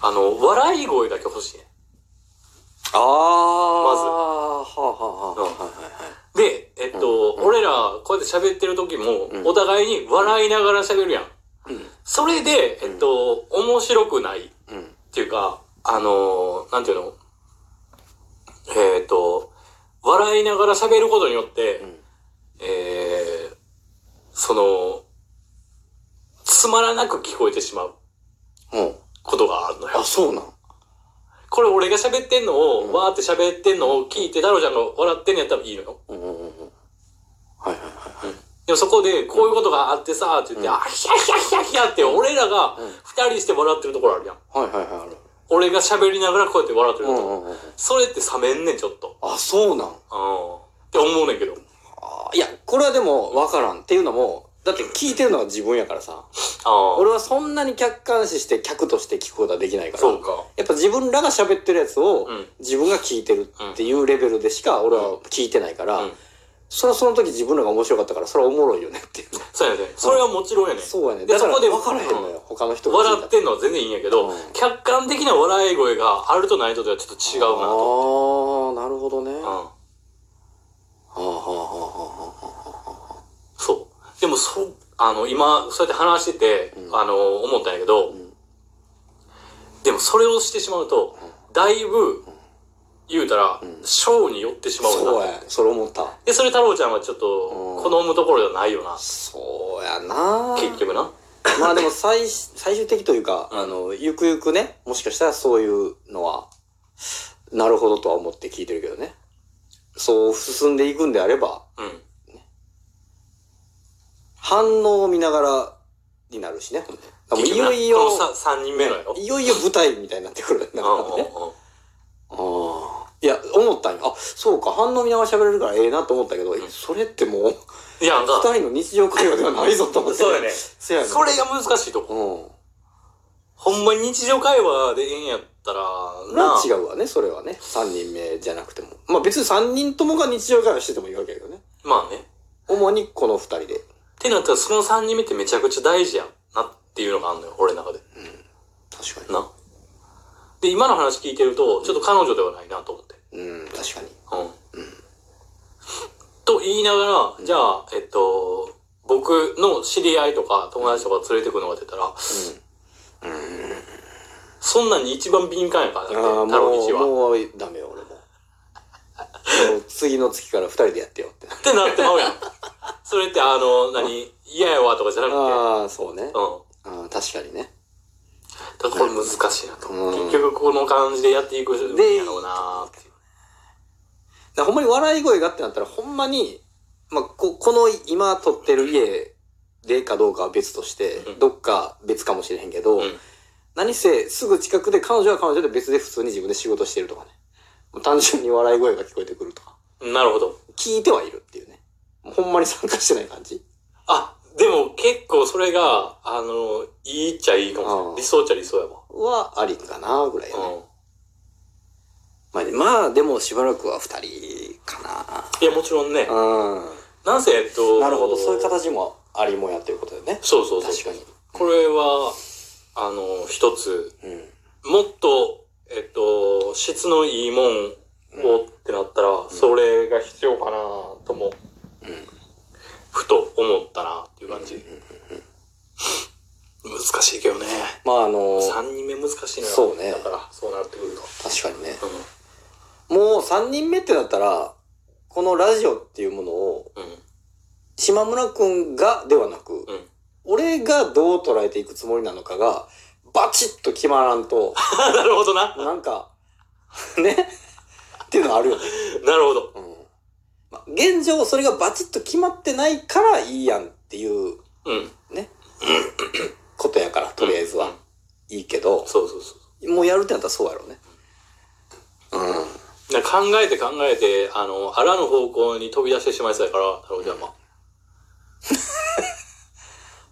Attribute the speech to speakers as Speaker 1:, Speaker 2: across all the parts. Speaker 1: あの、笑い声だけ欲しいね。まず
Speaker 2: ああ。はあはあはあ。
Speaker 1: うん
Speaker 2: はいはいはい。
Speaker 1: で、えっと、
Speaker 2: うんうん
Speaker 1: 俺ら、こうやって喋ってる時も
Speaker 2: う、ん
Speaker 1: お互いに笑いながら喋るやん。
Speaker 2: うん
Speaker 1: それで、えっと、面白くないっ
Speaker 2: うん。
Speaker 1: ていうか、あのー、なんていうのえっと、笑いながら喋ることによって、
Speaker 2: うん
Speaker 1: えー、その、つまらなく聞こえてしまう
Speaker 2: うん。
Speaker 1: ことがあるのよ
Speaker 2: あ、。そうなん。
Speaker 1: これ俺が喋ってんのを、
Speaker 2: うん
Speaker 1: わーって喋ってんのを聞いて、太郎ちゃんが笑ってんのやったらいいのよ。
Speaker 2: うんうんうんうん。はいはいはいはい。
Speaker 1: でもそこで、こういうことがあってさ、って言って、
Speaker 2: うん
Speaker 1: あひゃひゃひゃひゃって、俺らが
Speaker 2: うん
Speaker 1: 二人して笑ってるところあるやん。
Speaker 2: はいはいはいある。
Speaker 1: 俺が喋りながらこうやって笑ってると
Speaker 2: うん
Speaker 1: こ
Speaker 2: う
Speaker 1: ろ。
Speaker 2: んうんうん。
Speaker 1: それって冷めんねん、ちょっと。
Speaker 2: あ、そうな
Speaker 1: うん。
Speaker 2: ん。
Speaker 1: って思うねんけど。
Speaker 2: あーいや、これはでも分からん。っていうのも、だって聞いてるのは自分やからさ。
Speaker 1: あ
Speaker 2: 俺はそんなに客観視して客として聞くことはできない
Speaker 1: あ。
Speaker 2: から。
Speaker 1: そうか。
Speaker 2: やっぱ自分らが喋ってるやつを
Speaker 1: うん
Speaker 2: 自分が聞いてるっていうレベルでしか俺は聞いてないから、
Speaker 1: うん
Speaker 2: それはその時自分らが面白かったからそれはおもろいよねっていう。
Speaker 1: そうやね。それはもちろんやねん。
Speaker 2: そうやね。
Speaker 1: で
Speaker 2: だから
Speaker 1: そこで
Speaker 2: 分からへんのよ、他の人が
Speaker 1: 笑
Speaker 2: 聞
Speaker 1: っ
Speaker 2: いた
Speaker 1: てんのは全然いいんやけど、
Speaker 2: うん
Speaker 1: 客観的な笑い声があるとないとではちょっと違うなと。
Speaker 2: ああ、なるほどね。は
Speaker 1: うん。
Speaker 2: あはあはあは
Speaker 1: そう。でも、そう、あの、今、そうやって話してて、
Speaker 2: うん
Speaker 1: あの、思ったんやけど、
Speaker 2: ん
Speaker 1: でも、それをしてしまうと、だいぶ、言うたら、ショーに寄ってし
Speaker 2: あ。
Speaker 1: まう
Speaker 2: そう
Speaker 1: な。
Speaker 2: や。それ思った。
Speaker 1: で、それ太郎ちゃんはちょっと、
Speaker 2: うん
Speaker 1: 好むところじゃないよな、
Speaker 2: そうやな
Speaker 1: 結局な。
Speaker 2: まあでも最 最終的というか、
Speaker 1: うん
Speaker 2: あの、ゆくゆくね、もしかしたらそういうのは、なるほどとは思って聞いてるけどね。そう進んでいくんであれば、
Speaker 1: うん。
Speaker 2: 反応を見ながらになるしね、ほんでだからもう
Speaker 1: 結
Speaker 2: い
Speaker 1: 局な
Speaker 2: よいよ、
Speaker 1: このさ3人目だよ。
Speaker 2: いよいよ舞台みたいになってくるんだ
Speaker 1: うんうん
Speaker 2: から
Speaker 1: うん
Speaker 2: ね。ああ。いや、思ったんよ。あ、そうか、反応見ながら喋れるからええなと思ったけど、えそれってもう、
Speaker 1: いや、なん
Speaker 2: 二
Speaker 1: か、
Speaker 2: 人の日常会話ではないぞと思って。
Speaker 1: そうやね。
Speaker 2: そうやね。
Speaker 1: それが難しいとこ。
Speaker 2: うん。
Speaker 1: ほんまに日常会話でええんやったら、な
Speaker 2: まあ違うわね、それはね。3人目じゃなくても。まあ別に3人ともが日常会話しててもいいわけだけどね。
Speaker 1: まあね。
Speaker 2: 主にこの2人で。
Speaker 1: ってなったら、その3人目ってめちゃくちゃ大事やなっていうのがあるのよ、俺の中で。
Speaker 2: 確か
Speaker 1: な。で、今の話聞いてると、ちょっと彼女ではないなと思って。
Speaker 2: に。うん、確かに。
Speaker 1: うん。と言いながら、じゃあ、えっと、僕の知り合いとか友達とか連れてくのが出たら、そんなんに一番敏感やからね、
Speaker 2: ああ、
Speaker 1: 太郎
Speaker 2: も
Speaker 1: 一
Speaker 2: う、
Speaker 1: は。
Speaker 2: もうダメよ、俺も。 もう次の月から2人でやってよって。
Speaker 1: ってなってまうやん。それって、あの、何、嫌やわとかじゃなく て、
Speaker 2: ああ、そうね。
Speaker 1: うん。
Speaker 2: ああ確かにね。
Speaker 1: だからこれ難しいなと。
Speaker 2: うん
Speaker 1: 結局この感じでやっていくんやろうなっていう。
Speaker 2: だからほんまに笑い声がってなったら、ほんまに、まあ、こ、この今撮ってる家でかどうかは別として
Speaker 1: う、ん
Speaker 2: どっか別かもしれへんけど、
Speaker 1: うん
Speaker 2: 何せすぐ近くで彼女は彼女で別で普通に自分で仕事してるとかね。もう単純に笑い声が聞こえてくるとか。
Speaker 1: なるほど。
Speaker 2: 聞いてはいるっていうね。もうほんまに参加してない感じ。
Speaker 1: あ、でも結構それが、あの、いいっちゃいいかもしれ
Speaker 2: う
Speaker 1: ない。
Speaker 2: ん
Speaker 1: 理想っちゃ理想やわ。
Speaker 2: はありかなぐらいやね。
Speaker 1: うん。
Speaker 2: まあ、まあ、でもしばらくは二人か
Speaker 1: いや、もちろんね
Speaker 2: な。。うん。
Speaker 1: なんせ、えっと、
Speaker 2: なるほど。そういう形もありもやっていうことでね。
Speaker 1: そうそうそう。
Speaker 2: 確かに。
Speaker 1: これは、あの、一つ、
Speaker 2: うん。
Speaker 1: もっと、えっと、質のいいもんをってなったら、それが必要かなとも、ふと思ったなっていう感じ。難しいけどね。
Speaker 2: まあ、あの、
Speaker 1: 3人目難しいのよ。
Speaker 2: そうね
Speaker 1: だから、そうなってくると。
Speaker 2: 確かにね。
Speaker 1: う
Speaker 2: もう3人目ってなったら、このラジオっていうものを、
Speaker 1: ん。うん。
Speaker 2: 島村くんがではなく、
Speaker 1: うん。
Speaker 2: 俺がどう捉えていくつもりなのかが、バチッと決まらんと、
Speaker 1: なるほどな。
Speaker 2: なんか、 ねっていうのはあるよね。
Speaker 1: なるほど。
Speaker 2: うん。まあ、現状、それがバチッと決まってないからいいやんっていう
Speaker 1: うん。
Speaker 2: ことやから、とりあえず
Speaker 1: うん
Speaker 2: は。いいけど、
Speaker 1: そうそうそう。
Speaker 2: もうやるってなったらそうやろうね。うん。
Speaker 1: だから考えて考えて、あの、あらぬ方向に飛び出してしまいそうやから、太郎ちゃんは。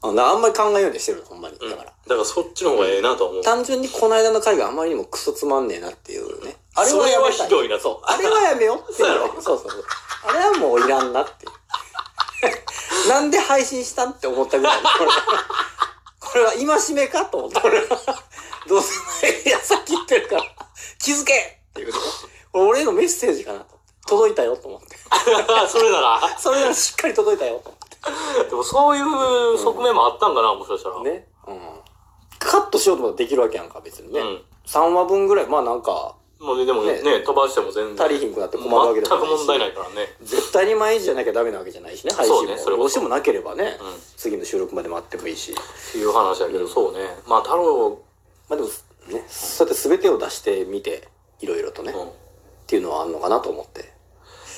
Speaker 2: あなあんまり考えないようにしてるの、ほんまに。
Speaker 1: うん。
Speaker 2: だ
Speaker 1: だ
Speaker 2: か。
Speaker 1: かららそっちの方がええなとは思う。
Speaker 2: 単純にこの間の回があまりにもクソつまんねえなっていうね。あれ
Speaker 1: そ
Speaker 2: は
Speaker 1: れ
Speaker 2: や
Speaker 1: は
Speaker 2: めた
Speaker 1: ひ
Speaker 2: い。
Speaker 1: どいな、そう。
Speaker 2: あれはやめようってい
Speaker 1: そう
Speaker 2: うね、
Speaker 1: やろ
Speaker 2: そうそうそう。あれはもういらんなっていう。 なんで配信したんって思 ったぐらい。これこれは戒めかと思った。どうせ前やってるから、気づけっていう。俺へのメッセージかなと思って。届いたよと思って。
Speaker 1: それなら。
Speaker 2: それならしっかり届いたよと思っ
Speaker 1: でもそういう側面もあったんかな、もしかしたら。
Speaker 2: て。ね。うん。カットしようと思ったらできるわけやんか、別にね。3話分ぐらい、まあなんか、
Speaker 1: うん。もうねでもね、飛ばしても全然。
Speaker 2: 足りひんくなって困るわけでも
Speaker 1: 全
Speaker 2: な
Speaker 1: く
Speaker 2: いし。
Speaker 1: 問題ないからね。
Speaker 2: 絶対に毎日じゃなきゃダメなわけじゃないしね、配信
Speaker 1: そう
Speaker 2: も。
Speaker 1: ねそれこそ
Speaker 2: どうしてもなければね、
Speaker 1: うん。っ
Speaker 2: 次の収録まで待ってもいいし。
Speaker 1: ていう話だけど、そうね。まあ、太郎、
Speaker 2: まあでも、ね、そうやって全てを出してみて、いろいろとね、
Speaker 1: う
Speaker 2: っ
Speaker 1: ん。
Speaker 2: ていうのはあんのかなと思って。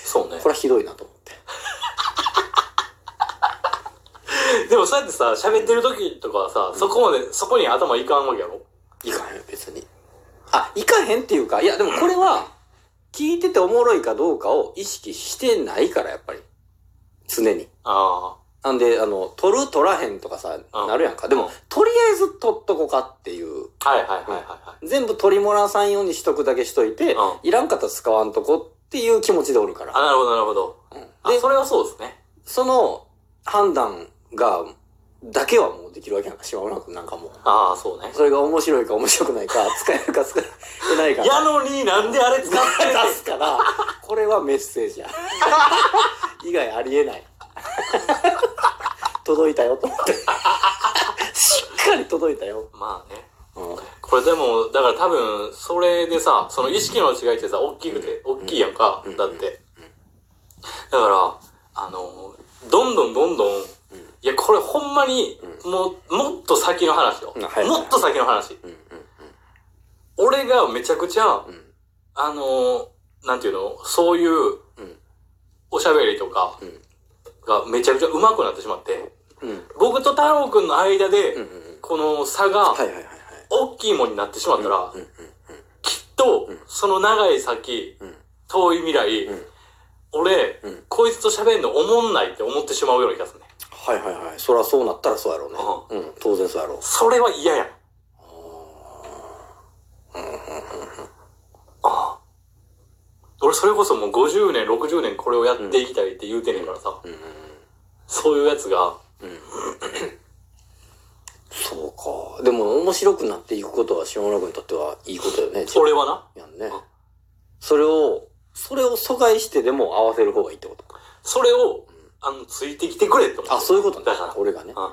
Speaker 1: そうね
Speaker 2: こ。れはひどいなと思って。
Speaker 1: でもそうやってさ、喋ってる時とかはさ、そこまで、そこに頭いかんわけやろ。
Speaker 2: いかへん、別に。あ、いかへんっていうか、いや、でもこれは、聞いてておもろいかどうかを意識してないから、やっぱり。常に。
Speaker 1: あ
Speaker 2: なんで、あの、取る、取らへんとかさ、
Speaker 1: うん
Speaker 2: なるやんか。でも、とりあえず取っとこうかっていう。
Speaker 1: あ。はいはいはいはいはい。
Speaker 2: 全部取りもらわさんようにしとくだけしといて、
Speaker 1: うん
Speaker 2: いらんかったら使わんとこっていう気持ちでおるから。
Speaker 1: あ、なるほどなるほど。
Speaker 2: うん
Speaker 1: あ、
Speaker 2: で、
Speaker 1: それはそうですね。
Speaker 2: その判断が、だけはもうできるわけやんか。島村君なんかもう。
Speaker 1: ああ、そうね。
Speaker 2: それが面白いか面白くないか、使えるか使えないか。
Speaker 1: やのになんであれ使ってんねん
Speaker 2: 出すから、これはメッセージや。以外ありえない。届いたよと思って。しっかり届いたよ。
Speaker 1: まあね。
Speaker 2: うん。
Speaker 1: これでも、だから多分、それでさ、その意識の違いってさ、大きくて、大きいやんか
Speaker 2: うん、
Speaker 1: だって。だから、あの、どんどんどんどん、いや、これほんまに、もう、もっと先の話よ。
Speaker 2: うんはい
Speaker 1: もっと先の話。
Speaker 2: うん
Speaker 1: 俺がめちゃくちゃ
Speaker 2: う、ん
Speaker 1: あの、なんていうのそういう、
Speaker 2: うん
Speaker 1: おしゃべりとか
Speaker 2: うん
Speaker 1: がめちゃくちゃ上手くなってしまって、
Speaker 2: うん。うん。
Speaker 1: 僕と太郎くんの間
Speaker 2: うんう
Speaker 1: で、
Speaker 2: んうん。
Speaker 1: この差が
Speaker 2: はいはいはいはい。
Speaker 1: 大きいもんになってしまったら
Speaker 2: うんうん、
Speaker 1: きっと
Speaker 2: うん、
Speaker 1: その長い先、
Speaker 2: うん
Speaker 1: 遠い未来、
Speaker 2: うん
Speaker 1: 俺、
Speaker 2: うん
Speaker 1: こいつと喋んのおもんないって思ってしまうような気がするね。
Speaker 2: はいはいはい。そらそうなったらそうやろうね。うん。当然そうやろう。
Speaker 1: それは嫌やん。ああ俺それこそもう50年、60年これをやっていきたいって言うてんねんからさ、
Speaker 2: うんうん
Speaker 1: そういうやつが、
Speaker 2: うん。うん。そうか。でも面白くなっていくことは下村君にとってはいいことよね。
Speaker 1: 俺はな、
Speaker 2: やんね。それを、それを阻害してでも合わせる方がいいってことか。
Speaker 1: それを、あの、ついてきてくれって思って
Speaker 2: あ、そういうことね
Speaker 1: だから。
Speaker 2: 俺がね。
Speaker 1: うん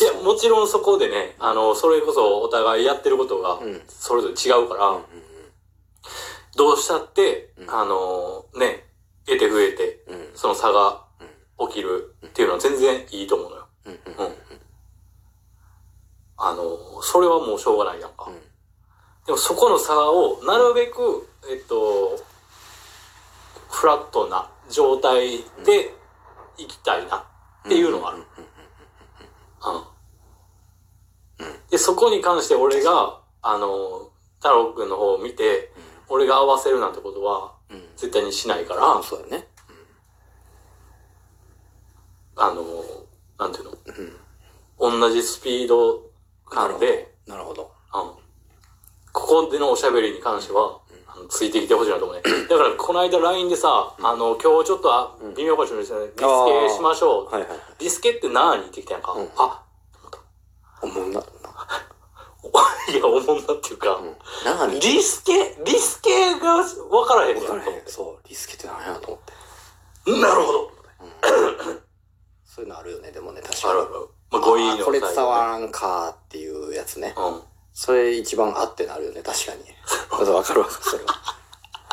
Speaker 1: いや、もちろんそこでね、あの、それこそお互いやってることが
Speaker 2: うん、
Speaker 1: それぞれ違うから、
Speaker 2: うんうん
Speaker 1: どうしたって、
Speaker 2: うん
Speaker 1: あの、ね、得て増えて、
Speaker 2: うん。
Speaker 1: その差が
Speaker 2: うん
Speaker 1: 起きるっていうのは全然いいと思うのよ。
Speaker 2: うんうん
Speaker 1: うん。あの、それはもうしょうがないやんか。
Speaker 2: うん
Speaker 1: でもそこの差を、なるべく、えっと、フラットな状態で行きたいなっていうのがある。うん。で、そこに関して俺が、あの、太郎くんの方を見て、俺が合わせるなんてことは
Speaker 2: うんうん。
Speaker 1: 絶対にしないか
Speaker 2: あ
Speaker 1: ら、
Speaker 2: そうだね。
Speaker 1: あの、なんていうの、
Speaker 2: ん
Speaker 1: 同じスピード感で、
Speaker 2: なるほど。
Speaker 1: あのここでのおしゃべりに関しては、あのついてきてほしいなと思う ね。だから、この間 LINE でさ、あの、今日ちょっとあ微妙かもしれないですね。リスケしましょう。
Speaker 2: はいはいはい。
Speaker 1: リスケって何ってきたやんか。
Speaker 2: うん
Speaker 1: あ、
Speaker 2: おもんな。
Speaker 1: おいや、おもんなっていうか、
Speaker 2: うん。長に。
Speaker 1: リスケ、リスケが分からへんね
Speaker 2: わ
Speaker 1: んな
Speaker 2: からへん。そう。リスケって何やなと思って。
Speaker 1: なるほど。
Speaker 2: そういうのあるよね、でもね、確
Speaker 1: あ
Speaker 2: か
Speaker 1: る
Speaker 2: に
Speaker 1: あ。る。まあ、語彙
Speaker 2: あー
Speaker 1: の
Speaker 2: これ伝わらんかっていうやつね。
Speaker 1: らん。うん。
Speaker 2: それ一番あってなるよね、確 かに。わかるわかる、それは。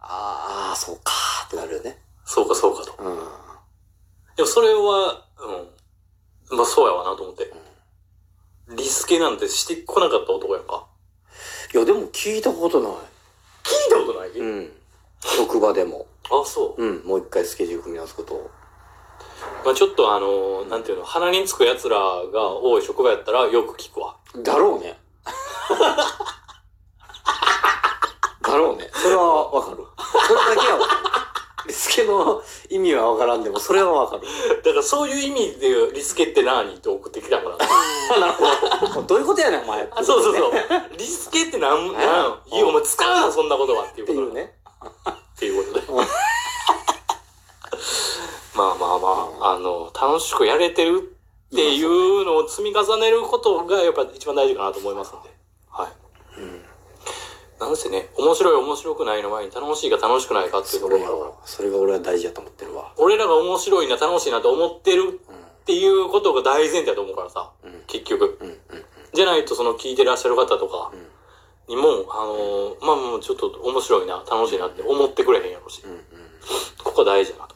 Speaker 2: あーあー、そうかーってなるよね。
Speaker 1: そうか、そうかと。
Speaker 2: うん。
Speaker 1: でも、それは、うん。まあ、そうやわなと思って。リスケなんてしてこなかった男やんか。
Speaker 2: いや、でも聞いたことない。
Speaker 1: 聞いたことない、
Speaker 2: うん。職場でも。
Speaker 1: あ、そう。
Speaker 2: うん。もう一回スケジュール組み直すことを。
Speaker 1: まあ、ちょっとあのーなんていうの、鼻につく奴らが多い職場やったらよく聞くわ。
Speaker 2: だろうね。だろうね。それはわかる。それだけはわかる。リスケの意味はわからんでも、それはわかる。
Speaker 1: だからそういう意味でリスケって何って送ってきたから。
Speaker 2: なるほど。どういうことやねん、お前。
Speaker 1: あそうそう
Speaker 2: っ
Speaker 1: そう。 リスケってなん、
Speaker 2: ん
Speaker 1: なん、いや、お前使うな、そんなことはっていう
Speaker 2: て
Speaker 1: こ
Speaker 2: い
Speaker 1: と
Speaker 2: うね。
Speaker 1: っていうことで。まあまあまあ、あの、楽しくやれてるっていうのを積み重ねることがやっぱ一番大事かなと思いますので。なんせね、面白い面白くないの前に楽しいか楽しくないかっていうと
Speaker 2: そ
Speaker 1: ころ
Speaker 2: れ
Speaker 1: だから。
Speaker 2: がそれが俺は大事だと思ってるわ
Speaker 1: 俺らが面白いな、楽しいなと思ってるっていうことが大前提だと思うからさ、
Speaker 2: うんうん
Speaker 1: 結局。
Speaker 2: うんうん
Speaker 1: じゃないとその聞いてらっしゃる方とか
Speaker 2: ん
Speaker 1: にも、あのーまあもうちょっと面白いな、楽しいなって思ってくれへんやろし
Speaker 2: う、んうん
Speaker 1: ここが大事だなと。